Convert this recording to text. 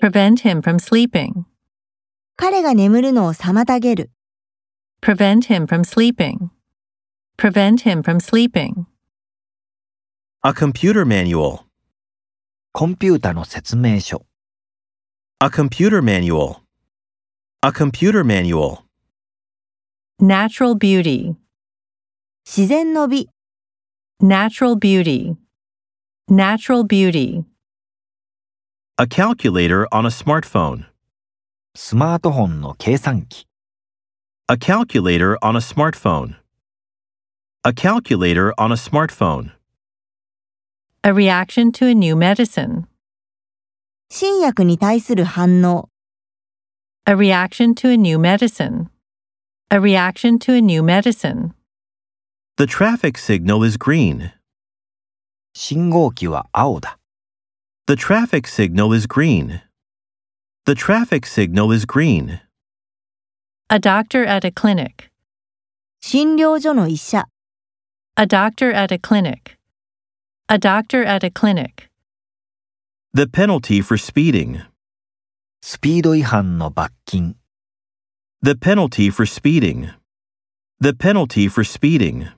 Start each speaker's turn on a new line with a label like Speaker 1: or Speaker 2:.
Speaker 1: prevent him from sleeping,
Speaker 2: 彼が眠るのを妨げる。
Speaker 1: prevent him from sleeping, prevent him from sleeping,
Speaker 3: A computer manual.
Speaker 4: コンピュータの説明書、
Speaker 3: A computer manual. A computer manual.
Speaker 1: natural beauty,
Speaker 2: 自然の美、
Speaker 1: natural beauty, natural beauty,
Speaker 3: A calculator on a smartphone.
Speaker 4: スマートフォンの計算機、
Speaker 3: A calculator on a smartphone. A calculator on a smartphone.
Speaker 1: a reaction to a new medicine,
Speaker 2: 新薬に対する反応、
Speaker 1: a reaction to a new medicine, a reaction to a new medicine,
Speaker 3: The traffic signal is green.
Speaker 4: 信号機は青だ。
Speaker 3: The traffic signal is green. The traffic signal is green.
Speaker 1: a doctor at a clinic,
Speaker 2: 診療所の医者、
Speaker 1: a doctor at a clinic, a doctor at a clinic,
Speaker 3: The penalty for speeding.
Speaker 4: スピード違反の罰金。
Speaker 3: The penalty for speeding. The penalty for speeding.